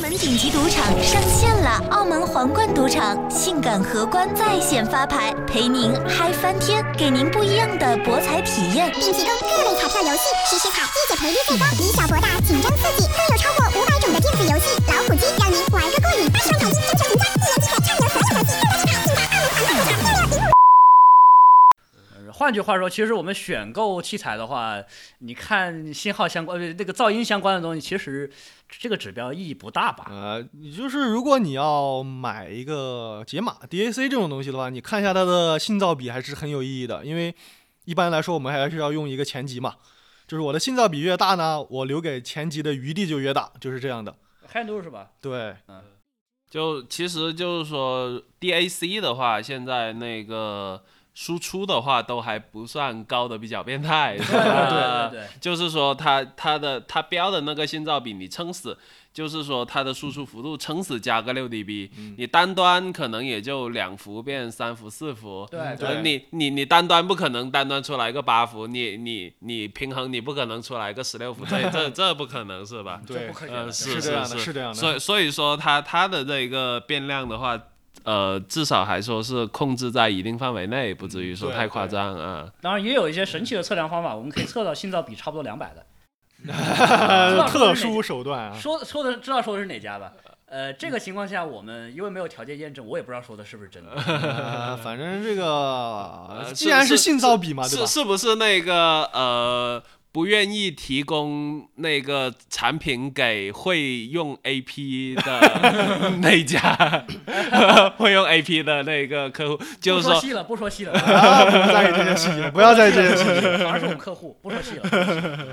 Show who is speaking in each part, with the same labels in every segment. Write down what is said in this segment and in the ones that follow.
Speaker 1: 门顶级赌场上线了！澳门皇冠赌场性感荷官在线发牌，陪您嗨翻天，给您不一样的博彩体验。
Speaker 2: 并提供各类彩票游戏，实时彩，一解赔率最高，以小博大，紧张刺激，更有超过五百种的电子游戏，老虎机让您玩个过瘾。八十万彩金真诚评价，一言既可畅游所有游戏，热门场，尽在澳门皇冠赌场，六六零五。
Speaker 3: 换句话说，其实我们选购器材的话，你看信号相关、呃那个噪音相关的东西，其实这个指标意义不大吧？
Speaker 4: 呃，你就是如果你要买一个解码 DAC 这种东西的话，你看一下它的信噪比还是很有意义的，因为一般来说我们还是要用一个前级嘛，就是我的信噪比越大呢，我留给前级的余地就越大，就是这样的。
Speaker 3: 嗨度是吧？
Speaker 4: 对，
Speaker 5: 就其实就是说 DAC 的话，现在那个输出的话都还不算高的比较变态，对
Speaker 3: 对对对
Speaker 5: 就是说它它的它标的那个信噪比你撑死，就是说它的输出幅度撑死加个六 dB，、你单端可能也就两伏变三伏四伏，
Speaker 3: 对
Speaker 5: 呃
Speaker 4: 对
Speaker 5: 你你你单端不可能单端出来个八伏，你你你平衡你不可能出来个十六伏，这这这不可能是吧？
Speaker 4: 对，呃
Speaker 5: 嗯，
Speaker 4: 是
Speaker 5: 是
Speaker 4: 这样的
Speaker 5: 是
Speaker 4: 是这样的
Speaker 5: 所以所以说它它的这个变量的话，呃，至少还说是控制在一定范围内，不至于说
Speaker 4: 对
Speaker 5: 太夸张啊。
Speaker 3: 当然也有一些神奇的测量方法，我们可以测到信噪比差不多两百的。
Speaker 4: 呃
Speaker 3: 道说
Speaker 4: 特
Speaker 3: 的是哪
Speaker 4: 殊
Speaker 3: 个
Speaker 4: 手段 啊，
Speaker 3: 说说的知道说的是哪家吧？呃，这个情况下，我们因为没有条件验证，我也不知道说的是不是真的。
Speaker 4: 呃，反正这个
Speaker 5: 呃
Speaker 4: 既然
Speaker 5: 是
Speaker 4: 信噪比嘛，对吧
Speaker 5: 是？是不是那个呃？不愿意提供那个产品给会用 AP 的 那一家， 会用 AP 的那个客户，就
Speaker 3: 不
Speaker 5: 是
Speaker 3: 说
Speaker 5: 说
Speaker 3: 细了，不说细了，
Speaker 4: 啊，不在意这些细节，不要在意这些细节。
Speaker 3: 反而是我们客户，不说细了。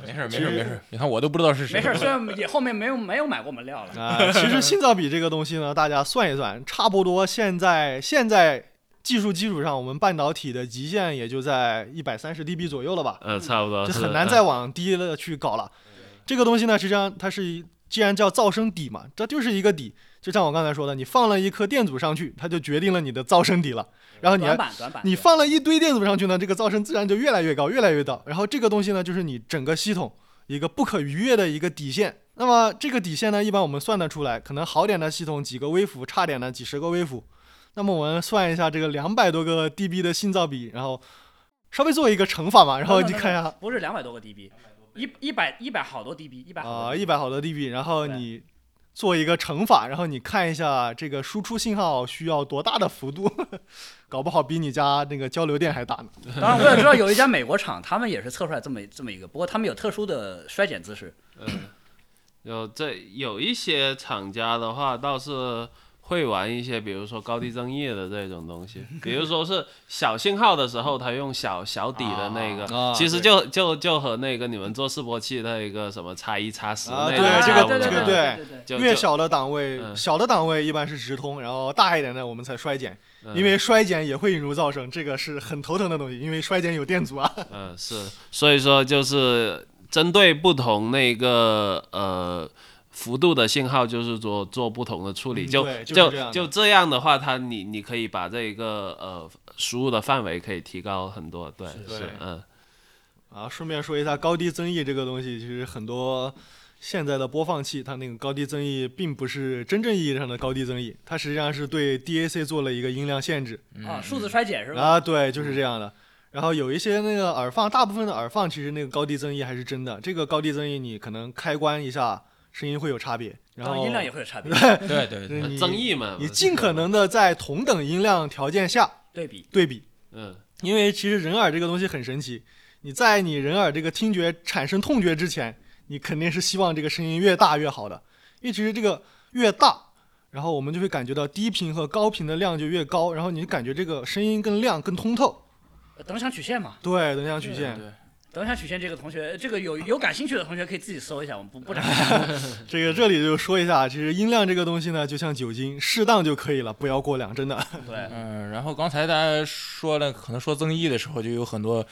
Speaker 6: 没事儿没事儿没事儿，你看我都不知道是谁。
Speaker 3: 没事儿，虽然也后面没有没有买过我们 料了。
Speaker 4: 啊、其实信噪比这个东西呢，大家算一算，差不多现在现在技术基础上，我们半导体的极限也就在一百三十 dB 左右了吧，
Speaker 5: 呃，差不多
Speaker 4: 这
Speaker 5: 是，
Speaker 4: 很难
Speaker 5: 呃
Speaker 4: 再往低了去搞了。这个东西呢，实际上它是一既然叫噪声底嘛，这就是一个底。就像我刚才说的，你放了一颗电阻上去，它就决定了你的噪声底了。然后你还
Speaker 3: 短板短 板，
Speaker 4: 你放了一堆电阻上去呢，这个噪声自然就越来越高，越来越高。然后这个东西呢，就是你整个系统一个不可逾越的一个底线。那么这个底线呢，一般我们算得出来，可能好点的系统几个微伏，差点的几十个微伏。那么我们算一下这个两百多个 dB 的信噪比，然后稍微做一个乘法嘛，然后你看一 下
Speaker 3: 不是两百多个 dB，一一百一百好多 dB，一百好
Speaker 4: 啊，
Speaker 3: 多
Speaker 4: 一
Speaker 3: dB
Speaker 4: 百好的 dB，然后你做一个乘法，然后你看一下这个输出信号需要多大的幅度， 搞不好比你家那个交流电还大呢。
Speaker 3: 当然，我也知道有一家美国厂，他们也是测出来这么这么一个，不过他们有特殊的衰减姿势。
Speaker 5: 有这有一些厂家的话倒是会玩一些，比如说高低增益的这种 东西，比如说是小信号的时候，它用小小底的那个，
Speaker 4: 啊
Speaker 5: 其实就就就和那个你们做示波器那一个什么叉一叉十
Speaker 4: 啊
Speaker 5: 那
Speaker 4: 对这个
Speaker 5: 差不
Speaker 3: 对对
Speaker 5: 多
Speaker 4: 这个
Speaker 3: 对
Speaker 4: 对
Speaker 3: 对对。
Speaker 5: 就
Speaker 4: 越
Speaker 5: 就
Speaker 4: 小的档位，
Speaker 5: 嗯
Speaker 4: 小的档位一般是直通，然后大一点的我们才衰减，
Speaker 5: 嗯
Speaker 4: 因为衰减也会引入噪声，这个是很头疼的东西，因为衰减有电阻啊。
Speaker 5: 嗯，是，所以说就是针对不同那个呃幅度的信号，就是说做不同的处理，
Speaker 4: 嗯
Speaker 5: 就
Speaker 4: 对就是
Speaker 5: 就
Speaker 4: 这样的
Speaker 5: 就这样的话，它你你可以把这个呃输入的范围可以提高很多，对，
Speaker 4: 是
Speaker 5: 是嗯。
Speaker 4: 啊，顺便说一下高低增益这个东西，其实很多现在的播放器它那个高低增益并不是真正意义上的高低增益，它实际上是对 DAC 做了一个音量限制
Speaker 3: 啊，数字衰减是吧？
Speaker 4: 啊，对，就是这样的。然后有一些那个耳放，大部分的耳放其实那个高低增益还是真的，这个高低增益你可能开关一下声音会有差别，然
Speaker 3: 当
Speaker 4: 后
Speaker 3: 然音量也会有差别，
Speaker 6: 对对对，
Speaker 4: 就是
Speaker 5: 呃
Speaker 4: 你
Speaker 5: 争议嘛，
Speaker 4: 你尽可能的在同等音量条件下
Speaker 3: 对比
Speaker 4: 对比，
Speaker 5: 嗯，
Speaker 4: 因为其实人耳这个东西很神奇，你在你人耳这个听觉产生痛觉之前，你肯定是希望这个声音越大越好的，因为其实这个越大，然后我们就会感觉到低频和高频的量就越高，然后你感觉这个声音更亮更通透。
Speaker 3: 呃等响曲线嘛。
Speaker 4: 对，能量曲线，
Speaker 3: 等响曲线这个同学，这个有有感兴趣的同学可以自己搜一下，我们不不展开。
Speaker 4: 这个这里就说一下，其实音量这个东西呢，就像酒精，适当就可以了，不要过量，真的。
Speaker 3: 对，
Speaker 6: 嗯，然后刚才大家说了，可能说增益的时候，就有很多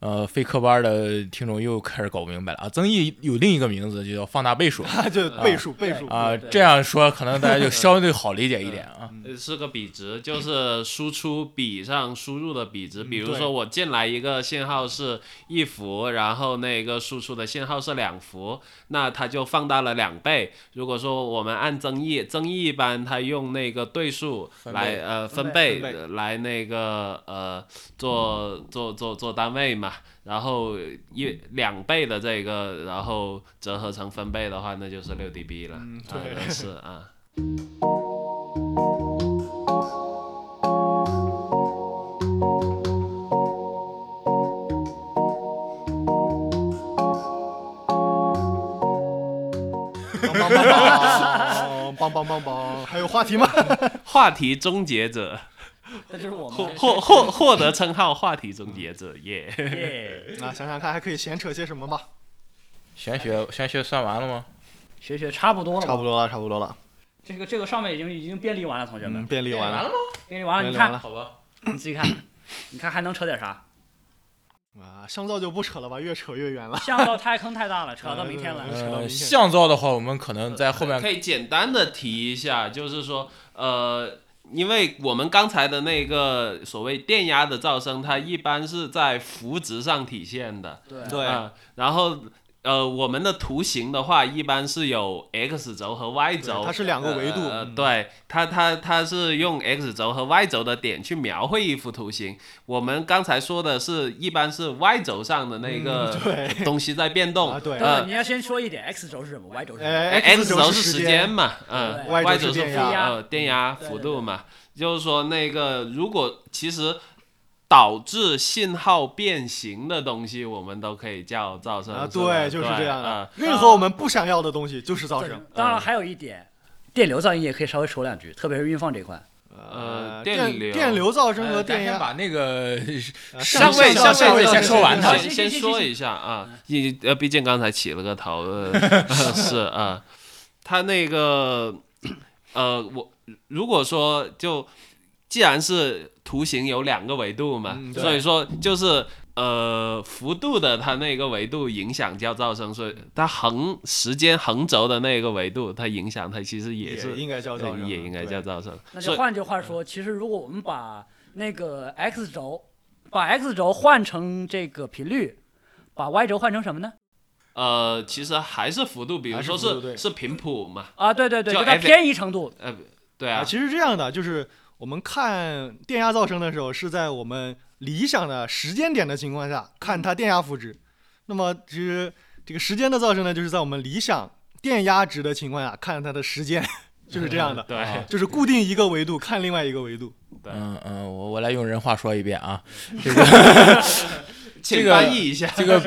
Speaker 6: 呃非科班的听众又开始搞不明白了啊。增益有另一个名字，就叫放大倍数
Speaker 4: 啊，就倍数倍数
Speaker 6: 啊。
Speaker 3: 对
Speaker 6: 这样说可能大家就相对好理解一点啊。
Speaker 5: 呃是个比值，就是输出比上输入的比值。比如
Speaker 4: 嗯对
Speaker 5: 说我进来一个信号是一伏，然后那个输出的信号是两伏，那它就放大了两倍。如果说我们按增益，增益一般它用那个对数
Speaker 6: 分
Speaker 5: 来
Speaker 6: 贝
Speaker 5: 呃
Speaker 4: 分
Speaker 5: 分
Speaker 4: 贝
Speaker 5: 贝
Speaker 4: 分贝
Speaker 5: 呃来那个呃做做做做单位嘛。然后一两倍的这个，然后折合成分贝的话，那就是六 dB 了。嗯，
Speaker 4: 对
Speaker 5: 啊、是啊。
Speaker 4: 棒棒棒棒棒！ 还有话题吗？
Speaker 5: 话题终结者，
Speaker 3: 那就是我
Speaker 5: 获
Speaker 3: 们
Speaker 5: 获获获得称号“话题终结者”， 耶！
Speaker 3: 耶，
Speaker 4: 那想想看，还可以闲扯些什么吧？
Speaker 6: 玄学玄学算完了吗？
Speaker 3: 学学差不多了
Speaker 4: 差不
Speaker 3: 吧。
Speaker 4: 多了，差不多了。
Speaker 3: 这个这个上面已经已经便利完了，同学
Speaker 4: 嗯，
Speaker 3: 们，
Speaker 4: 便利完了，
Speaker 3: 便利完了，你
Speaker 4: 便利完
Speaker 3: 看
Speaker 4: 了
Speaker 6: 好吧，
Speaker 3: 你自己看，你看还能扯点啥？
Speaker 4: 啊！香皂就不扯了吧，越扯越远了。
Speaker 3: 巷道太坑太大了，扯到明天 来。
Speaker 4: 扯到
Speaker 6: 呃，
Speaker 4: 明天
Speaker 6: 像造的话，我们可能在后面
Speaker 5: 可以简单的提一下，就是说，呃，因为我们刚才的那个所谓电压的噪声，它一般是在幅值上体现的，
Speaker 3: 对
Speaker 5: 啊，然后。呃，我们的图形的话，一般是有 x 轴和 y 轴，
Speaker 4: 它是两个维度
Speaker 5: 呃
Speaker 4: 嗯
Speaker 5: 对，它它它是用 x 轴和 y 轴的点去描绘一幅图形。我们刚才说的是，一般是 y 轴上的那个
Speaker 4: 嗯对
Speaker 5: 东西在变动，
Speaker 4: 啊对
Speaker 3: 等
Speaker 5: 呃
Speaker 3: 等，你要先说一点，x 轴是什么，y 轴是什么？
Speaker 4: 哎
Speaker 5: x 轴
Speaker 4: 是
Speaker 5: 是
Speaker 4: 时
Speaker 5: 时间，嘛，嗯
Speaker 3: 对
Speaker 5: ，y
Speaker 4: 轴是
Speaker 5: 轴是
Speaker 4: 电
Speaker 5: 幅
Speaker 4: 压嗯
Speaker 5: 呃电压幅度嘛，就是说那个如果其实导致信号变形的东西，我们都可以叫噪声
Speaker 4: 啊，
Speaker 5: 是吧
Speaker 4: 对，就是这样
Speaker 5: 啊
Speaker 4: 的。任何我们不想要的东西就是噪声。
Speaker 3: 当然还有一点，电流噪音也可以稍微说两句，特别是运放这块。
Speaker 5: 呃
Speaker 4: 电
Speaker 5: 电流
Speaker 4: 电流噪声和
Speaker 6: 呃咱
Speaker 4: 电
Speaker 6: 先
Speaker 4: 压
Speaker 5: 啊
Speaker 4: 呃
Speaker 6: 把那个 上
Speaker 4: 上位
Speaker 6: 位
Speaker 4: 上
Speaker 6: 上位
Speaker 4: 位上位
Speaker 6: 先说完它
Speaker 3: 上位。
Speaker 5: 先先说一下啊，
Speaker 4: 嗯
Speaker 5: 你呃，毕竟刚才起了个头， 呃是啊，他那个呃，我如果说就既然是图形有两个维度嘛，
Speaker 4: 嗯对
Speaker 5: 所以说就是。呃，幅度的它那个维度影响叫噪声，所以它横时间横轴的那个维度，它影响它其实
Speaker 4: 也
Speaker 5: 是
Speaker 4: 应该叫噪
Speaker 5: 呃
Speaker 4: 声，
Speaker 5: 也应该叫
Speaker 4: 啊对。
Speaker 5: 噪声。
Speaker 3: 那
Speaker 5: 所
Speaker 3: 就
Speaker 5: 以
Speaker 3: 换句话
Speaker 4: 嗯
Speaker 3: 说，其实如果我们把那个 x 轴，把 x 轴换成这个频率，把 y 轴换成什么呢？
Speaker 5: 呃，其实还是幅度，比如
Speaker 4: 还是
Speaker 5: 说
Speaker 4: 幅度对
Speaker 5: 是是频谱嘛，
Speaker 3: 啊，对对对，
Speaker 5: 叫
Speaker 3: 就它
Speaker 5: F-
Speaker 3: 偏移程度。
Speaker 5: 呃，对啊
Speaker 4: 啊，，其实这样的就是我们看电压噪声的时候，是在我们理想的时间点的情况下看它电压幅值。那么其实这个时间的噪声呢，就是在我们理想电压值的情况下看它的时间， 就是这样的。
Speaker 5: 对。
Speaker 4: 就是固定一个维度看另外一个维度，
Speaker 6: 嗯嗯，我我来用人话说一遍啊，
Speaker 5: 请
Speaker 6: 这个
Speaker 5: 翻译一下。
Speaker 6: 这 个，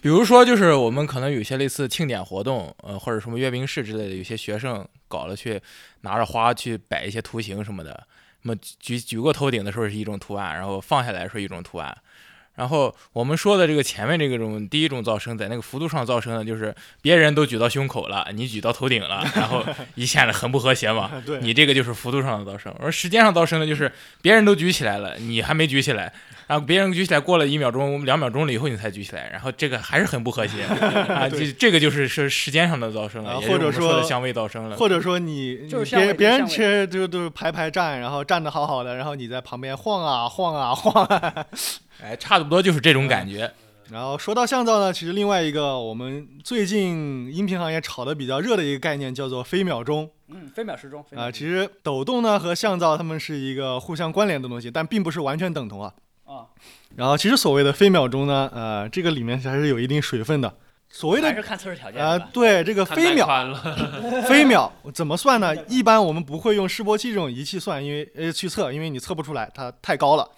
Speaker 6: 比如说就是我们可能有些类似庆典活动，呃，或者什么阅兵式之类的，有些学生搞了去拿着花去摆一些图形什么的，那么举举过头顶的时候是一种图案，然后放下来是一种图案。然后我们说的这个前面这个种第一种噪声，在那个幅度上噪声呢，就是别人都举到胸口了，你举到头顶了，然后一下子很不和谐嘛。
Speaker 4: 对，
Speaker 6: 你这个就是幅度上的噪声，而时间上噪声呢，就是别人都举起来了，你还没举起来，然后别人举起来过了一秒钟、两秒钟了以后你才举起来，然后这个还是很不和谐啊，
Speaker 4: 对
Speaker 6: 这这个就是是时间上的噪声
Speaker 4: 啊
Speaker 6: 了，也
Speaker 4: 或
Speaker 6: 就是
Speaker 4: 者
Speaker 6: 我们说的
Speaker 4: 说
Speaker 6: 相位噪声
Speaker 5: 嗯
Speaker 6: 了。
Speaker 4: 或者说你
Speaker 3: 就是
Speaker 4: 你
Speaker 3: 相位
Speaker 4: 别别人
Speaker 3: 就是
Speaker 4: 其实就就是排排站，然后站的好好的，然后你在旁边晃啊晃啊晃啊。
Speaker 6: 哎，差不多就是这种感觉。
Speaker 4: 然后说到降噪呢，其实另外一个我们最近音频行业炒得比较热的一个概念叫做飞秒钟
Speaker 3: 嗯，分秒时钟。分
Speaker 4: 啊、
Speaker 3: 秒时
Speaker 4: 其实抖动呢和降噪它们是一个互相关联的东西，但并不是完全等同啊。
Speaker 3: 钟啊，
Speaker 4: 然后其实所谓的飞秒钟呢，呃，这个里面还是有一定水分的。所谓
Speaker 3: 还
Speaker 4: 的
Speaker 3: 是看测试条件
Speaker 4: 呃，
Speaker 3: 是吧。
Speaker 4: 对这个
Speaker 5: 看
Speaker 4: 飞
Speaker 5: 带
Speaker 4: 秒
Speaker 5: 宽了，
Speaker 4: 飞秒怎么算呢？一般我们不会用示波器这种仪器算，因为呃去测，因为你测不出来，它太高了。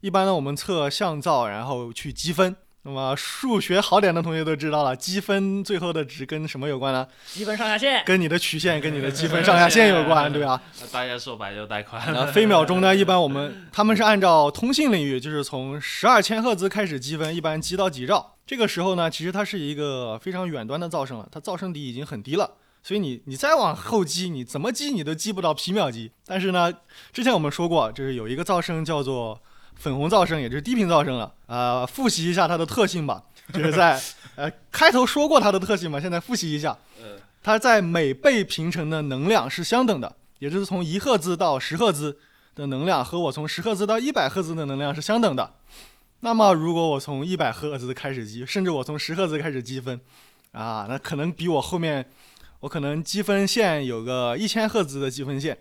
Speaker 4: 一般呢，我们测相噪，然后去积分。那么数学好点的同学都知道了，积分最后的值跟什么有关呢？
Speaker 3: 积分上下限。
Speaker 4: 跟你的曲线、跟你的积分上下限有关，对吧？
Speaker 5: 大家说白就带宽了。
Speaker 4: 那飞秒钟呢，一般我们他们是按照通信领域，就是从十二千赫兹开始积分，一般积到几兆。这个时候呢，其实它是一个非常远端的噪声了，它噪声底已经很低了。所以你你再往后积，你怎么积你都积不到皮秒级。但是呢，之前我们说过，就是有一个噪声叫做粉红噪声，也就是低频噪声了。呃，复习一下它的特性吧，就是在呃开头说过它的特性嘛，现在复习一下。它在每倍频程的能量是相等的，也就是从一赫兹到十赫兹的能量和我从十赫兹到一百赫兹的能量是相等的。那么如果我从一百赫兹开始积，甚至我从十赫兹开始积分，啊，那可能比我后面我可能积分线有个一千赫兹的积分线，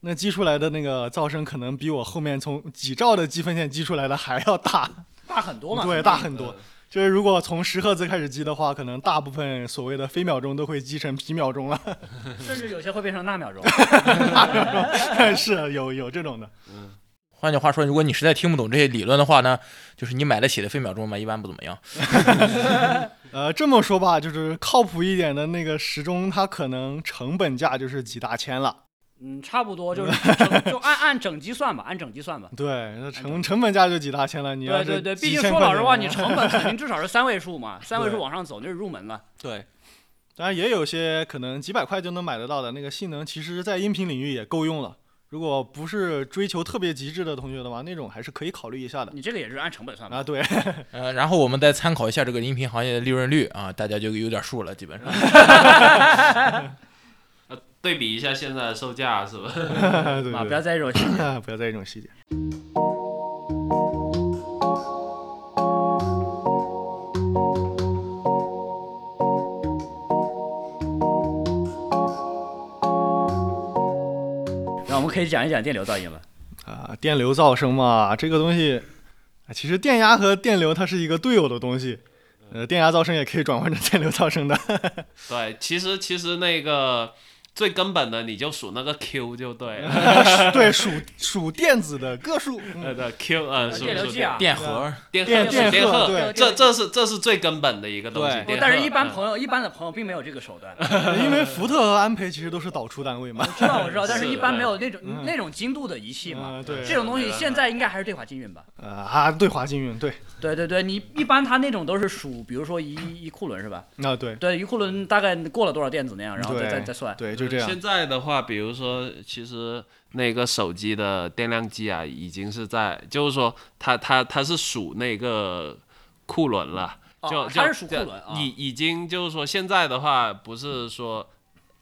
Speaker 4: 那积出来的那个噪声可能比我后面从几兆的积分线积出来的还要大，
Speaker 3: 大很多嘛，嗯
Speaker 4: 对，大很多。就是如果从十赫兹开始积的话，可能大部分所谓的飞秒钟都会积成皮秒钟 了。
Speaker 3: 甚至有些会变成纳秒钟。
Speaker 4: 是有有这种的，
Speaker 6: 换句话说，如果你实在听不懂这些理论的话呢，就是你买得起的分秒钟嘛，一般不怎么样。
Speaker 4: 呃，这么说吧，就是靠谱一点的那个时钟，它可能成本价就是几大千了。
Speaker 3: 嗯，差不多就是整就按按整机算吧，按整机算吧。
Speaker 4: 对，那成成本价就几大千了。你要
Speaker 3: 哎对
Speaker 4: 是
Speaker 3: 对对，毕
Speaker 4: 几
Speaker 3: 竟
Speaker 4: 千
Speaker 3: 说
Speaker 4: 块
Speaker 3: 老实
Speaker 4: 钱
Speaker 3: 话，
Speaker 4: 的
Speaker 3: 你
Speaker 4: 话
Speaker 3: 成本肯定至少是三位数嘛，三位数
Speaker 4: 对
Speaker 3: 往上走那是入门了。
Speaker 5: 对，
Speaker 4: 当然也有些可能几百块就能买得到的那个性能，其实在音频领域也够用了。如果不是追求特别极致的同学的话，那种还是可以考虑一下的。
Speaker 3: 你这个也是按成本算吧？
Speaker 4: 啊， 对，
Speaker 6: 呃，然后我们再参考一下这个音频行业的利润率啊，大家就有点数了，基本上。
Speaker 5: 对比一下现在的售价是吧？
Speaker 4: 对对
Speaker 3: 啊，不要在意这种细节。
Speaker 4: 对 不要在意这种细节。
Speaker 3: 那我们可以讲一讲电流噪音了。
Speaker 4: 啊，电流噪声嘛，这个东西，啊其实电压和电流它是一个队友的东西。呃，电压噪声也可以转换成电流噪声的。
Speaker 5: 对，其实其实那个最根本的，你就数那个 Q 就对了。
Speaker 4: 对，数数电子的个数，嗯
Speaker 5: 呃，对 Q，呃，是
Speaker 3: 电流
Speaker 5: 不
Speaker 3: 计
Speaker 5: 是
Speaker 3: 啊，
Speaker 6: 电荷，
Speaker 5: 电
Speaker 4: 电
Speaker 5: 电
Speaker 4: 电荷
Speaker 5: 荷，
Speaker 4: 对
Speaker 5: 这这是这是最根本的一个东西
Speaker 4: 对。
Speaker 5: 电荷
Speaker 3: 哦但是一般
Speaker 5: 嗯
Speaker 3: 朋友一般的朋友并没有这个手 段。
Speaker 4: 嗯因为福特和安培其实都是导出单位嘛。
Speaker 3: 知道我知道，但是
Speaker 5: 是
Speaker 3: 一般
Speaker 5: 对
Speaker 3: 没有那种那种精度的仪器嘛
Speaker 4: 啊，。嗯对，
Speaker 3: 这种东西
Speaker 5: 对
Speaker 3: 现在应该还是对话均匀吧？
Speaker 4: 呃啊，对华金云，对，
Speaker 3: 对对对，你一般它那种都是数，比如说一一库仑是吧？
Speaker 4: 啊对，
Speaker 3: 对，一库仑大概过了多少电子那样，然后再再
Speaker 4: 对
Speaker 3: 再算。
Speaker 4: 对，就这样。
Speaker 5: 现在的话，比如说，其实那个手机的电量计啊，已经是在，就是说它，它它是数那个库仑了，
Speaker 3: 哦
Speaker 5: 就
Speaker 3: 它
Speaker 5: 就是
Speaker 3: 数库仑啊
Speaker 5: 已已经就是说，现在的话不是说。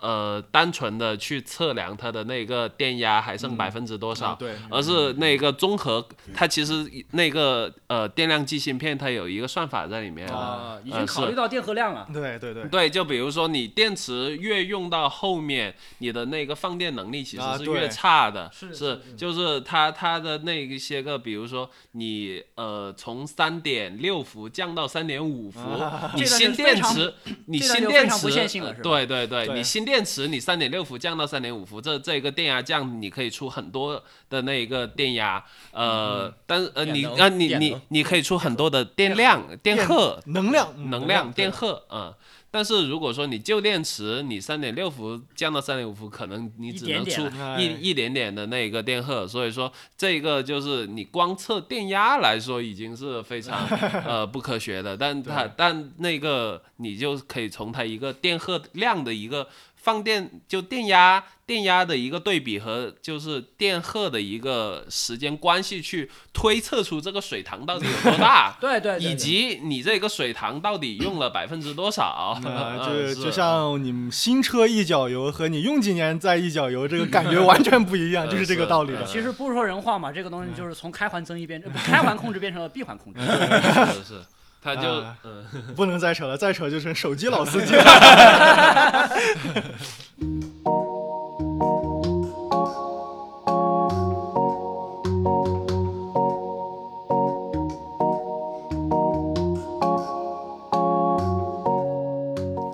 Speaker 5: 呃，单纯的去测量它的那个电压还剩百分之多少，
Speaker 4: 啊对
Speaker 5: 而是那个综合，它其实那个呃电量计芯片它有一个算法在里面了
Speaker 4: 嗯
Speaker 3: 啊，已
Speaker 5: 呃
Speaker 3: 经考
Speaker 5: 是
Speaker 3: 虑到电荷量了。
Speaker 4: 对对对，
Speaker 5: 对，就比如说你电池越用到后面，你的那个放电能力其实
Speaker 4: 啊
Speaker 5: 是
Speaker 4: 对
Speaker 5: 越差的，
Speaker 3: 是
Speaker 5: 是就是它它的那一些个，比如说你呃从三点六伏降到三点五伏，
Speaker 4: 啊
Speaker 5: 你
Speaker 3: 这段
Speaker 5: 新
Speaker 3: 就
Speaker 5: 电
Speaker 3: 非常
Speaker 5: 池，你
Speaker 3: 这段
Speaker 5: 新
Speaker 3: 就非
Speaker 5: 电
Speaker 3: 常不
Speaker 5: 池
Speaker 3: 线性了是吧
Speaker 5: 对对对，
Speaker 4: 对
Speaker 5: 你新电池你三点六伏降到三点五伏，这这个电压降你可以出很多的那个电压，呃，但是呃
Speaker 6: 电
Speaker 5: 你
Speaker 6: 能
Speaker 5: 啊你
Speaker 6: 电
Speaker 5: 你
Speaker 6: 能
Speaker 5: 你可以出很多的电量电荷
Speaker 4: 能量嗯
Speaker 5: 能量电
Speaker 4: 对
Speaker 5: 荷啊、嗯但是如果说你旧电池，你三点六伏降到三点五伏，可能你只能
Speaker 3: 一点
Speaker 5: 出
Speaker 3: 点。
Speaker 4: 啊
Speaker 5: 一
Speaker 4: 哎
Speaker 5: 一点点的那个电荷，所以说这个就是你光测电压来说已经是非常 呃不科学的，但它但那个你就可以从它一个电荷量的一个放电就电压电压的一个对比和就是电荷的一个时间关系去推测出这个水塘到底有多 大
Speaker 3: 对对，对
Speaker 5: 以及你这个水塘到底用了百分之多 少？
Speaker 4: 啊，
Speaker 5: 嗯
Speaker 4: 就是就像你们新车一脚油和你用几年再一脚油，这个感觉完全不一样，
Speaker 5: 嗯
Speaker 4: 就是这个
Speaker 5: 是
Speaker 4: 道理的
Speaker 5: 嗯。
Speaker 3: 其实不是说人话嘛，这个东西就是从开环增益变，呃不开环控制变成了闭环控制。
Speaker 5: 是是，他就
Speaker 4: 啊
Speaker 5: 嗯，
Speaker 4: 不能再扯了，再扯就成手机老司机了。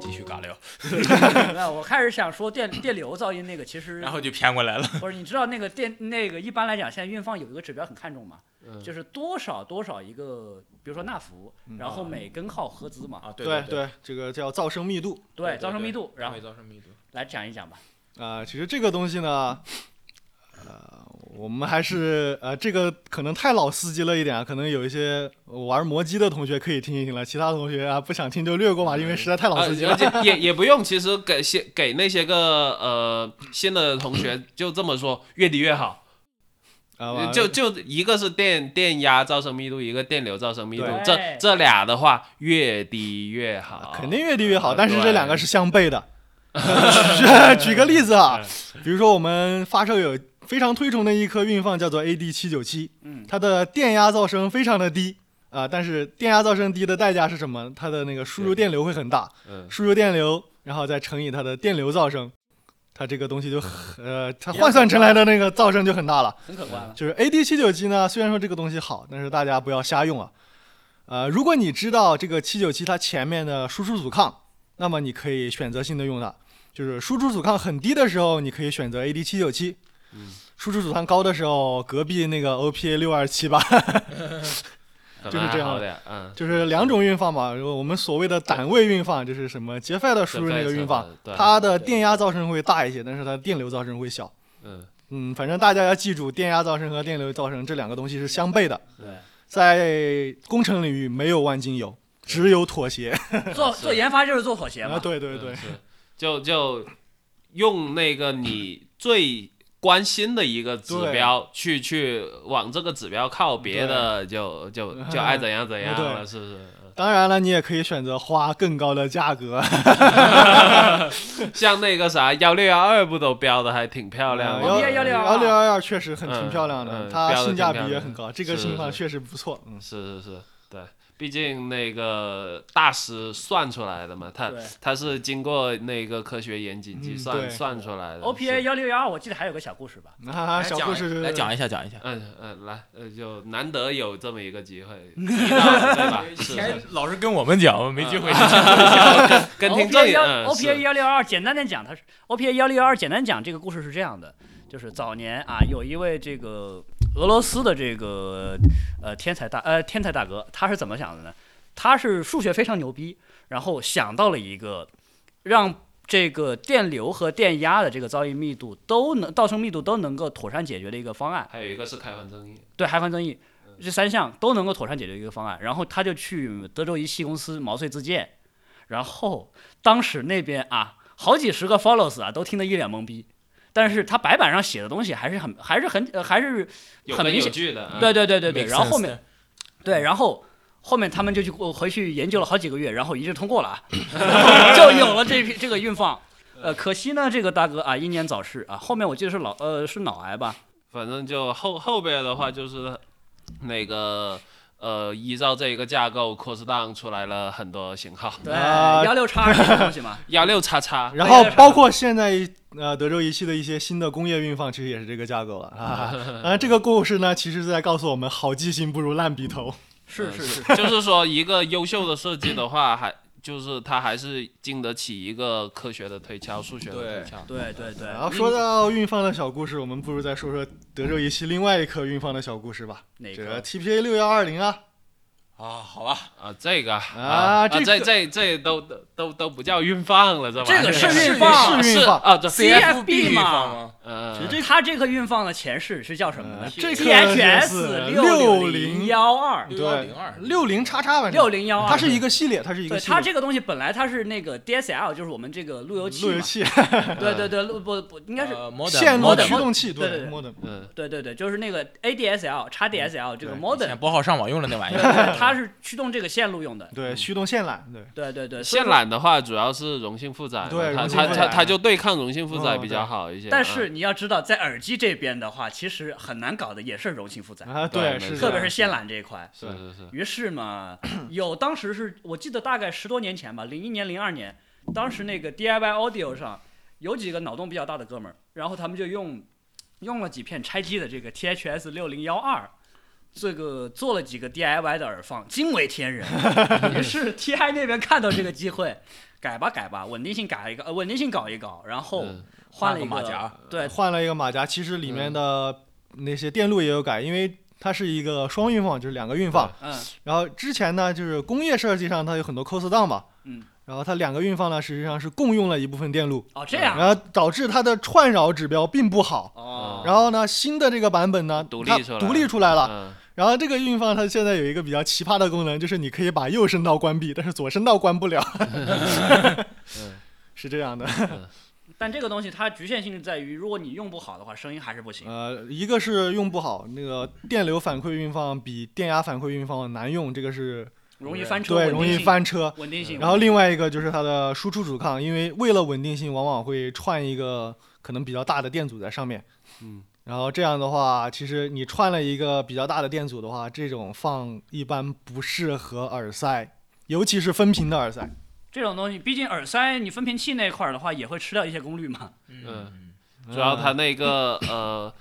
Speaker 6: 继续尬聊，
Speaker 3: 没哎有，我开始想说电电流噪音那个，其实
Speaker 6: 然后就偏过来了。
Speaker 3: 不是，你知道那个电那个一般来讲，现在运放有一个指标很看重嘛，就是多少多少一个，比如说纳伏，然后每根号赫兹嘛，
Speaker 6: 啊，对
Speaker 4: 对，对，这个叫噪声密度
Speaker 3: 对，噪声密度，然后
Speaker 6: 噪声密度。
Speaker 3: 来讲一讲吧。
Speaker 4: 啊、其实这个东西呢，呃，我们还是呃，这个可能太老司机了一点啊，可能有一些玩魔机的同学可以听一听了，其他同学啊不想听就略过吧，因为实在太老
Speaker 5: 而
Speaker 4: 司机了。
Speaker 5: 啊
Speaker 4: 啊
Speaker 5: 而且也也不用，其实给些给那些个呃新的同学就这么说，越低越好。
Speaker 4: 啊、道吧？
Speaker 5: 就就一个是电电压噪声密度，一个电流噪声密度
Speaker 4: 对，
Speaker 5: 这这俩的话越低越好，
Speaker 4: 啊肯定越低越好，
Speaker 5: 呃
Speaker 4: 但是这
Speaker 5: 对
Speaker 4: 两个是相悖 的。举举个例子啊，
Speaker 5: 嗯
Speaker 4: 比如说我们发射友非常推崇的一颗运放叫做 AD 七九七，
Speaker 3: 嗯
Speaker 4: 它的电压噪声非常的低啊、但是电压噪声低的代价是什么？它的那个输入电流会很大，
Speaker 5: 嗯
Speaker 4: 输入电流，然后再乘以它的电流噪声，它这个东西就很呃，它换算成来的那个噪声就很大了。
Speaker 3: 很可观 了。
Speaker 4: 就是 AD 七九七呢，虽然说这个东西好，但是大家不要瞎用啊。呃，如果你知道这个七九七它前面的输出阻抗，那么你可以选择性的用它。就是输出阻抗很低的时候，你可以选择 AD 七九七；输出阻抗高的时候，隔壁那个 OPA 六二七吧，
Speaker 5: 可能
Speaker 4: 就是这样
Speaker 5: 还好点，嗯，
Speaker 4: 就是两种运放嘛。我们所谓的单位运放，就是什么杰 f 的输入那个运放，
Speaker 5: 对，
Speaker 4: 它的电压噪声会大一些，但是它的电流噪声会小。
Speaker 5: 嗯
Speaker 4: 嗯，反正大家要记住，电压噪声和电流噪声这两个东西是相悖的。
Speaker 3: 对，
Speaker 4: 在工程领域没有万金油，只有妥协。
Speaker 3: 做做研发就是做妥协嘛
Speaker 4: 啊，。对对对
Speaker 5: 嗯，是就就用那个你最关心的一个指
Speaker 4: 对
Speaker 5: 标去去往这个指标靠，别的就就 就爱怎样怎样
Speaker 4: 对
Speaker 5: 了，是不是？ 嗯
Speaker 4: 当然了，你也可以选择花更高的价格，
Speaker 5: 像那个啥幺六幺二不都标的还挺漂 亮
Speaker 3: 我
Speaker 5: 的
Speaker 3: 们
Speaker 4: 嗯
Speaker 5: 吗？
Speaker 3: 也162
Speaker 4: 幺六幺二确实很
Speaker 5: 嗯
Speaker 4: 挺漂亮的，
Speaker 5: 嗯
Speaker 4: 它
Speaker 5: 标得
Speaker 4: 性价
Speaker 5: 挺
Speaker 4: 比
Speaker 5: 漂亮
Speaker 4: 也很高，这个
Speaker 5: 是
Speaker 4: 情况
Speaker 5: 是
Speaker 4: 确实不错。嗯，
Speaker 5: 是是是，对，毕竟那个大师算出来的嘛，他
Speaker 3: 对
Speaker 5: 他是经过那个科学严谨计
Speaker 4: 嗯
Speaker 5: 算、
Speaker 4: 对
Speaker 5: 算出来的。
Speaker 3: OPA
Speaker 5: 是
Speaker 3: 幺六幺二，我记得还有个小故事吧？
Speaker 4: 那、啊、小故事
Speaker 6: 来讲一下，讲一下。
Speaker 5: 嗯嗯，来，呃，就难得有这么一个机 会，对吧？
Speaker 6: 以
Speaker 5: 是
Speaker 6: 前
Speaker 5: 啊是啊
Speaker 6: 老是跟我们讲，我们没机会。
Speaker 5: 跟听众
Speaker 3: OPA
Speaker 5: 也
Speaker 3: 幺
Speaker 5: 嗯
Speaker 3: OPA
Speaker 5: 是
Speaker 3: 幺六二，简单点讲，它是 OPA 幺六二，简单讲这个故事是这样的，就是早年啊，有一位这个俄罗斯的这个呃天才大呃天才大哥，他是怎么想的呢？他是数学非常牛逼，然后想到了一个让这个电流和电压的这个噪音密度都能噪声密度都能够妥善解决的一个方案。
Speaker 5: 还有一个是开环争议，
Speaker 3: 对海防争议这三项都能够妥善解决一个方案。然后他就去德州仪器公司毛遂自荐，然后当时那边啊，好几十个 follows 啊，都听得一脸懵逼。但是他白板上写的东西还是很还是很呃还是
Speaker 5: 有
Speaker 3: 很
Speaker 5: 根
Speaker 3: 明
Speaker 5: 有
Speaker 3: 显，
Speaker 5: 据的。嗯
Speaker 3: 对对对对对。
Speaker 6: Make
Speaker 3: 然后后
Speaker 6: sense
Speaker 3: 面对，然后后面他们就去过回去研究了好几个月，然后一致通过了啊，然后就有了这批这个运放。呃，可惜呢，这个大哥啊，英年早逝啊。后面我记得是脑呃是脑癌吧？
Speaker 5: 反正就后后边的话就是那个。呃，依照这一个架构，cross down 出来了很多型号，
Speaker 3: 对，
Speaker 4: 啊
Speaker 3: 幺六叉这个东西嘛。
Speaker 5: 幺六叉叉，
Speaker 4: 然
Speaker 3: 哎
Speaker 4: 后包括现在呃德州仪器的一些新的工业运放，其实也是这个架构了啊。 当然，这个故事呢，其实是在告诉我们，好记性不如烂笔头。
Speaker 3: 是是是，
Speaker 5: 就是说，一个优秀的设计的话，还就是它还是经得起一个科学的推敲、数学的推敲。
Speaker 3: 对对对，
Speaker 4: 然后呃说到运放的小故事，我们不如再说说德州仪器另外一颗运放的小故事吧，
Speaker 3: 哪
Speaker 4: 这个
Speaker 3: 个？呃
Speaker 4: TPA 六幺二零啊。
Speaker 6: 啊，好吧，
Speaker 5: 啊，这个
Speaker 4: 啊这
Speaker 5: 这
Speaker 4: 个
Speaker 5: 这这都都都都不叫运放了，这玩意儿
Speaker 3: 这个是
Speaker 5: 是
Speaker 3: 运放
Speaker 4: 是运放
Speaker 5: 啊，这
Speaker 3: CFB
Speaker 6: 地
Speaker 3: 嘛
Speaker 6: 方吗？
Speaker 5: 呃
Speaker 3: 其实它这颗运放的前世是叫什么呢
Speaker 4: 呃这颗是
Speaker 3: THS 六
Speaker 4: 60
Speaker 3: 幺二
Speaker 4: 对
Speaker 6: 6102，
Speaker 4: 六零叉叉反正
Speaker 3: 六零幺二，
Speaker 4: 它是一个系列，它是一个
Speaker 3: 对
Speaker 4: 系列。
Speaker 3: 它这个东西本来它是那个 DSL，就是我们这个路由器
Speaker 4: 路由
Speaker 3: 嘛，
Speaker 4: 器、
Speaker 5: 呃
Speaker 3: 对对对，路不不应该是。
Speaker 6: 呃 modem
Speaker 4: 线路
Speaker 3: modem，
Speaker 4: 驱动器，
Speaker 3: 对对对
Speaker 4: m o d e
Speaker 5: 嗯，
Speaker 3: 对对对，就是那个 ADSL、x DSL 这个
Speaker 4: 嗯对
Speaker 6: 以前
Speaker 3: modem，
Speaker 6: 拨号上网用的那玩意
Speaker 3: 对
Speaker 6: 儿。
Speaker 3: 对，它是驱动这个线路用的。
Speaker 4: 对驱动线缆，对
Speaker 3: 对对对，所以
Speaker 5: 线
Speaker 3: 说。
Speaker 5: 缆的话主要是容性负载嘛，
Speaker 4: 对
Speaker 5: 它
Speaker 4: 容性
Speaker 5: 它
Speaker 4: 负载哦
Speaker 5: 它它就对抗容性负载比较好一些。
Speaker 3: 但
Speaker 5: 嗯
Speaker 3: 是你要知道，在耳机这边的话，其实很难搞的也是容器负载，
Speaker 4: 啊，
Speaker 5: 对
Speaker 4: 是
Speaker 5: 没
Speaker 4: 的，
Speaker 5: 错
Speaker 3: 特别是线缆这一块。
Speaker 5: 是是是，
Speaker 3: 于是嘛，有当时是我记得大概十多年前吧，零一年、零二年，当时那个 DIY Audio 上有几个脑洞比较大的哥们儿，然后他们就用用了几片拆机的这个 THS 六零幺二，这个做了几个 DIY 的耳放，惊为天人。也是 TI 那边看到这个机会，改吧改吧，稳定性改一个，呃，稳定性搞一搞，然后
Speaker 5: 嗯
Speaker 3: 换了一
Speaker 6: 个马甲，
Speaker 3: 对
Speaker 4: 换了一个马甲，其实里面的那些电路也有改，因为它是一个双运放，就是两个运放。
Speaker 3: 嗯，
Speaker 4: 然后之前呢，就是工业设计上它有很多 cos down 嘛，
Speaker 3: 嗯，
Speaker 4: 然后它两个运放呢，实际上是共用了一部分电路，
Speaker 3: 哦，这样，
Speaker 4: 然后导致它的串扰指标并不好。
Speaker 3: 哦，
Speaker 4: 然后呢，新的这个版本呢，
Speaker 5: 独立
Speaker 4: 它
Speaker 5: 出来
Speaker 4: 独立出来了，
Speaker 5: 嗯
Speaker 4: 然后这个运放它现在有一个比较奇葩的功能，就是你可以把右
Speaker 5: 嗯
Speaker 4: 声道关闭，但是左声道关不了。是这样的，
Speaker 3: 但这个东西它局限性就在于，如果你用不好的话，声音还是不行。
Speaker 4: 呃，一个是用不好，那个电流反馈运放比电压反馈运放难用，这个是
Speaker 3: 容易翻车，
Speaker 4: 对
Speaker 3: 稳定
Speaker 4: 容易
Speaker 3: 性，
Speaker 4: 翻车。
Speaker 3: 稳定性。
Speaker 4: 然后另外一个就是它的输出阻抗，因为为了稳定性，往往会串一个可能比较大的电阻在上面。
Speaker 5: 嗯，
Speaker 4: 然后这样的话，其实你串了一个比较大的电阻的话，这种放一般不适合耳塞，尤其是分频的耳塞。
Speaker 3: 这种东西，毕竟耳塞你分频器那块儿的话，也会吃掉一些功率 嘛。
Speaker 5: 嗯，主要它那个呃。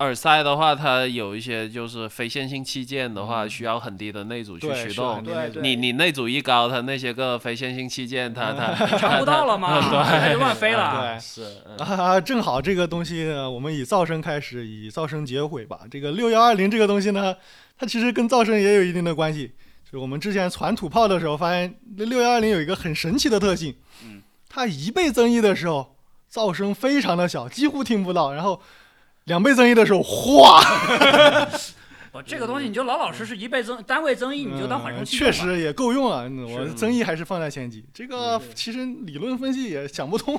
Speaker 5: 耳塞的话，它有一些就是非线性器件的话，需要很低的内阻
Speaker 4: 嗯
Speaker 5: 去
Speaker 4: 对
Speaker 5: 驱
Speaker 4: 需要
Speaker 5: 动
Speaker 4: 很。低的内阻
Speaker 5: 你你内阻一高，它那些个非线性器件，它它
Speaker 4: 嗯
Speaker 3: 尝不到了嘛，它就乱飞了。
Speaker 4: 对。
Speaker 5: 是 嗯
Speaker 4: 啊，正好这个东西呢，我们以噪声开始，以噪声结尾吧。这个六幺二零这个东西呢，它其实跟噪声也有一定的关系。就是我们之前传土炮的时候，发现六幺二零有一个很神奇的特性，
Speaker 3: 嗯，
Speaker 4: 它一倍增益的时候，噪声非常的小，几乎听不到。然后两倍增益的时候，哗，
Speaker 3: 我哦这个东西你就老老实实一倍增单位增益，你就当缓冲
Speaker 4: 嗯
Speaker 3: 器
Speaker 4: 确
Speaker 3: 用吧。
Speaker 4: 实也够用了。嗯我
Speaker 5: 是
Speaker 4: 增益还是放在前几，这
Speaker 3: 嗯
Speaker 4: 个其实理论分析也想不通。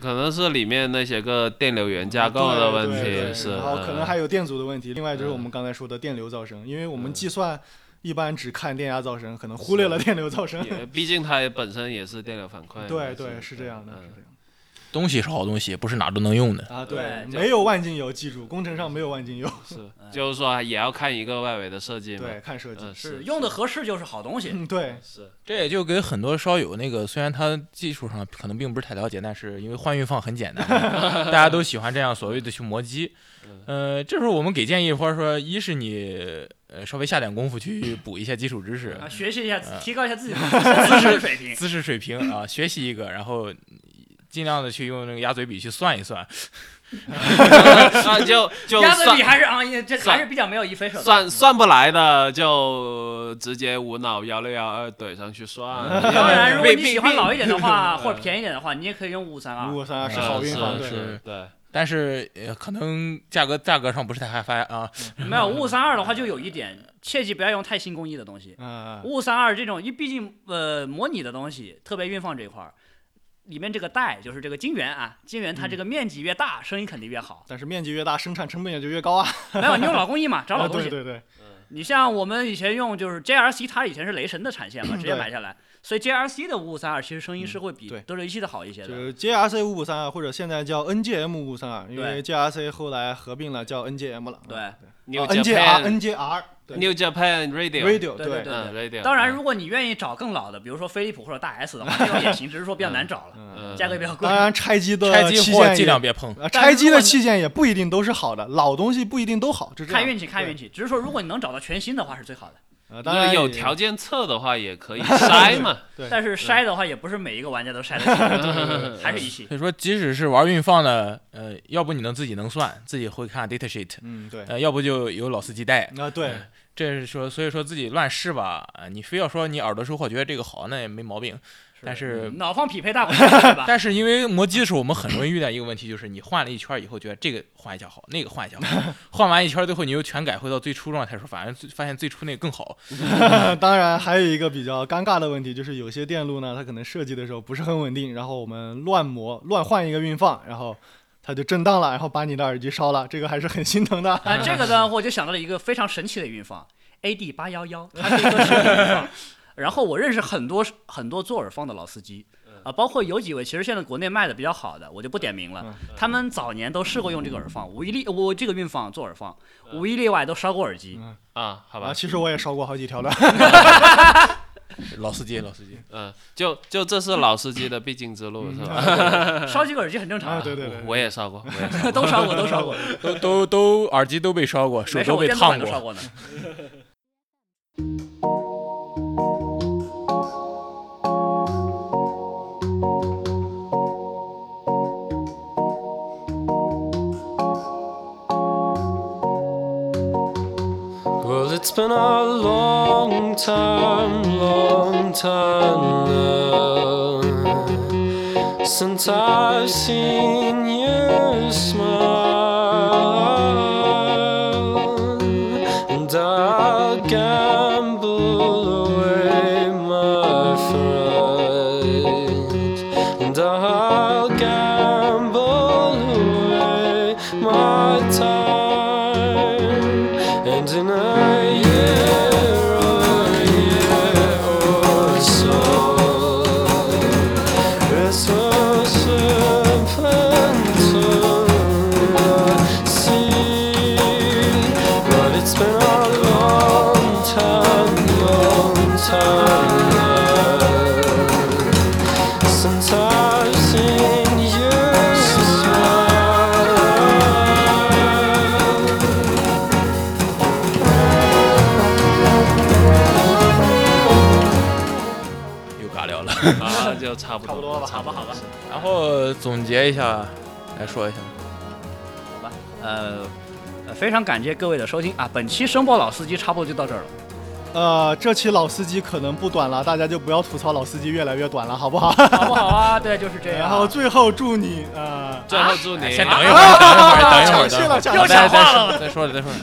Speaker 5: 可能是里面那些个电流源架构的问
Speaker 4: 对对
Speaker 5: 题，
Speaker 4: 对
Speaker 5: 是。
Speaker 4: 然后可能
Speaker 5: 嗯
Speaker 4: 还有电阻的问题，另外就是我们刚才说的电流噪声，因为我
Speaker 5: 嗯
Speaker 4: 们计算一般只看电压噪声，可能忽略了电流噪声。
Speaker 5: 也，毕竟它本身也是电流反馈。
Speaker 4: 对对，是这样的，是
Speaker 5: 嗯
Speaker 4: 这样
Speaker 6: 东西是好东西，不是哪都能用的。
Speaker 4: 的啊，
Speaker 3: 对就
Speaker 4: 没有万金油，记住，工程上没有万金油，
Speaker 5: 是，就是说也要看一个外围的设计嘛。
Speaker 4: 对，看设计，
Speaker 5: 嗯，
Speaker 3: 是
Speaker 5: 是
Speaker 3: 用的合适就是好东西。
Speaker 4: 嗯， 对，
Speaker 5: 是
Speaker 6: 这也就给很多烧友那个，虽然他技术上可能并不是太了解，但是因为换运放很简单嘛，大家都喜欢这样所谓的去磨机。呃，这时候我们给建议，或者说一是你呃稍微下点功夫去补一下基础知识，
Speaker 3: 啊，学习一下，
Speaker 4: 嗯
Speaker 3: 提高一下自己 的知识水 平。
Speaker 6: 姿势水平啊，学习一个，然后尽量的去用那个鸭嘴笔去算一算，
Speaker 5: 那就就
Speaker 3: 鸭子
Speaker 5: 算
Speaker 3: 比还是啊，也这
Speaker 5: 算
Speaker 3: 还是比较没有一飞手的。
Speaker 5: 算算不来的，就直接无脑幺六幺二怼上去算。
Speaker 3: 当
Speaker 4: 嗯
Speaker 3: 然，如果你
Speaker 5: 毕
Speaker 3: 喜欢
Speaker 5: 毕
Speaker 3: 老一点的 话，或者便宜一点的话，你也可以用五三
Speaker 4: 五
Speaker 3: 二。
Speaker 4: 五三二是
Speaker 5: 嗯
Speaker 4: 好运
Speaker 5: 是
Speaker 4: 放，对，
Speaker 5: 是
Speaker 6: 对
Speaker 5: 对，
Speaker 6: 但是呃可能价格价格上不是太嗨翻啊。
Speaker 3: 没有五五三二的话，就有一点，切记不要用太新工艺的东西。
Speaker 4: 嗯，
Speaker 3: 五五三二这种，因为毕竟呃模拟的东西，特别运放这一块儿，里面这个带就是这个晶圆啊，晶圆它这个
Speaker 4: 嗯
Speaker 3: 面积越大，声音肯定越好。
Speaker 4: 但是面积越大，生产成本也就越高啊，
Speaker 3: 没有，你用老工艺嘛，找老
Speaker 4: 啊，
Speaker 3: 东
Speaker 4: 对
Speaker 3: 西。
Speaker 4: 对对，
Speaker 3: 你像我们以前用就是 JRC，它以前是雷神的产线嘛，直接
Speaker 4: 对嗯
Speaker 3: 买下来，所以 JRC 的五五三二其实声音是会比
Speaker 4: 对
Speaker 3: 德瑞一系的好一些
Speaker 4: 就
Speaker 3: 的。
Speaker 4: 是 JRC 五五三啊二或者现在叫 NGM 五五三二，因为 JRC 后来合并了叫 NGM 了，
Speaker 3: 对
Speaker 5: ，New Japan，New
Speaker 4: ，NGR，NGR，对
Speaker 5: Japan Radio，
Speaker 4: ，Radio，
Speaker 3: 对对对
Speaker 5: 嗯，Radio。
Speaker 3: 当然，如果你愿意找更老的，比如说飞利浦或者大 S 的话，这种也行，只是说比较难找了，
Speaker 4: 嗯，
Speaker 5: 嗯
Speaker 3: 价格也比较贵
Speaker 4: 当。然拆机
Speaker 3: 呃
Speaker 4: 的
Speaker 6: 拆机
Speaker 4: 器
Speaker 6: 货
Speaker 4: 件
Speaker 6: 尽
Speaker 4: 也
Speaker 6: 量别碰，
Speaker 4: 啊，
Speaker 3: 但
Speaker 4: 拆
Speaker 3: 如
Speaker 4: 机
Speaker 3: 果
Speaker 4: 的
Speaker 3: 你
Speaker 4: 器件也不一定都是好的，老东西不一定都好，就这样。
Speaker 3: 看运气，看运
Speaker 4: 气。
Speaker 3: 气。只是说，如果你能找到全新的话，是最好的。
Speaker 4: 呃，当
Speaker 5: 因为
Speaker 4: 然
Speaker 5: 有
Speaker 4: 也
Speaker 5: 条件测的话，也可以筛嘛。
Speaker 4: 对
Speaker 3: 但是筛的话，也不是每一个玩家都筛得起，还是一系。
Speaker 6: 所以说即使是玩运放的，呃，要不你能自己能算，自己会看 data sheet，
Speaker 4: 嗯，对，
Speaker 6: 呃，要不就有老司机带。
Speaker 4: 那对，
Speaker 6: 这是说，所以说自己乱试吧，啊，你非要说你耳朵收获觉得这个好，那也没毛病。但是，
Speaker 3: 脑放匹配大不了，对吧？
Speaker 6: 但是因为磨机的时候，我们很容易遇到一个问题，就是你换了一圈以后，觉得这个换一下好，那个换一下 好，换完一圈最后你又全改回到最初状态时候，反而最发现最初那个更好。
Speaker 4: 当然还有一个比较尴尬的问题，就是有些电路呢，它可能设计的时候不是很稳定，然后我们乱磨、乱换一个运放，然后它就震荡了，然后把你的耳机烧了，这个还是很心疼的。
Speaker 3: 啊，这个呢，我就想到了一个非常神奇的运放，AD 八幺幺，它是一个神奇的运放。然后我认识很多很多做耳放的老司机，啊，包括有几位其实现在国内卖的比较好的，我就不点名了。他们早年都试过用这个耳放，无一例我这个运放做耳放，无一例外都烧过耳机。
Speaker 5: 啊，好吧
Speaker 4: 啊，。其实我也烧过好几条的。
Speaker 6: 老司机，老司 机，
Speaker 5: 嗯，就就这是老司机的必经之路，是吧？
Speaker 3: 烧几个耳机很正常
Speaker 4: 啊，
Speaker 3: 啊，
Speaker 4: 嗯对对对，
Speaker 5: 我也烧过，我也烧 过。
Speaker 3: 都烧过，都烧过，
Speaker 6: 都都都耳机都被烧过，手
Speaker 3: 没事，
Speaker 6: 都
Speaker 3: 我
Speaker 6: 被
Speaker 3: 电动
Speaker 6: 烫
Speaker 3: 板都烧
Speaker 6: 过。
Speaker 3: 过呢。
Speaker 7: Well, it's been a long time, long time now since I've seen you smile, and I'll gamble away my fright, and I I'll gamble away my time. And in a year or a year or so, it's been a long time, long time since I've seen you smile.
Speaker 6: 又尬聊了。
Speaker 5: 啊，就差不
Speaker 4: 差不多
Speaker 5: 多
Speaker 4: 吧
Speaker 5: 差不多，好吧，
Speaker 6: 然后总结一下，来说一下，
Speaker 3: 呃，呃非常感谢各位的收听啊！本期声波老司机差不多就到这儿了。
Speaker 4: 呃，这期老司机可能不短了，大家就不要吐槽老司机越来越短了，好不好？
Speaker 3: 好不好啊？对，就是这样。
Speaker 4: 然后最后祝你呃，
Speaker 5: 最后祝你
Speaker 6: 哎先等一会儿，等一会儿，等一会儿，等一会儿，等一
Speaker 4: 抢
Speaker 6: 会儿
Speaker 4: 戏了抢戏了
Speaker 6: 再再再说了，再说了。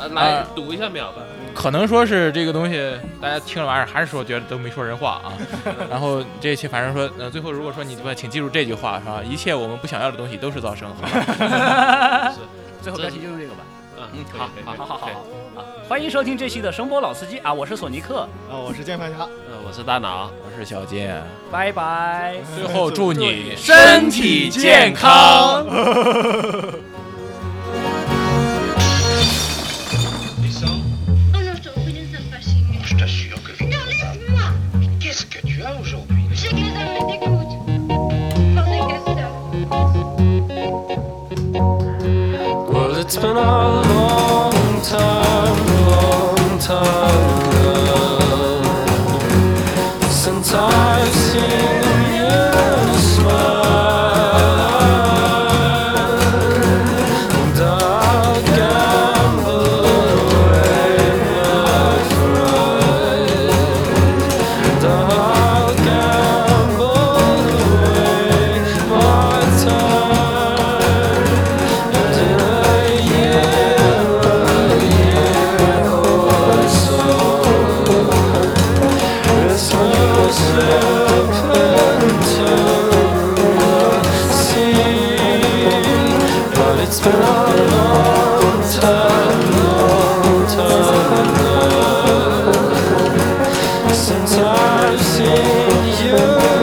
Speaker 5: 呃来读一下秒吧。
Speaker 6: 可能说是这个东西，大家听了玩意儿还是说觉得都没说人话啊。然后这一期反正说，呃，最后如果说你们请记住这句话是吧？一切我们不想要的东西都是噪声，好吧？
Speaker 3: 最后标题就用这个吧。
Speaker 5: 嗯，
Speaker 3: 好
Speaker 5: 可以
Speaker 3: 好好好好，
Speaker 5: 可以
Speaker 3: 好啊！欢迎收听这期的声波老司机啊！我是索尼克，
Speaker 4: 啊，我是键盘侠，
Speaker 5: 呃我是大脑，
Speaker 6: 我是小金，
Speaker 3: 拜拜。
Speaker 6: 最后祝你
Speaker 5: 身体健康。
Speaker 8: Oh non, je t'en prie, laisse ça fâcher.
Speaker 9: Je t'assure que
Speaker 8: Non, laisse-moi
Speaker 9: Qu'est-ce que tu as aujourd'hui
Speaker 8: J'ai que les hommes les écoutent. Pendant que ça.
Speaker 7: Well, it's been a long time, long time since I've seen you smile. And I'll gamble away my pride. And I'll gamble away my time. It's been a long time, long time since I've seen you.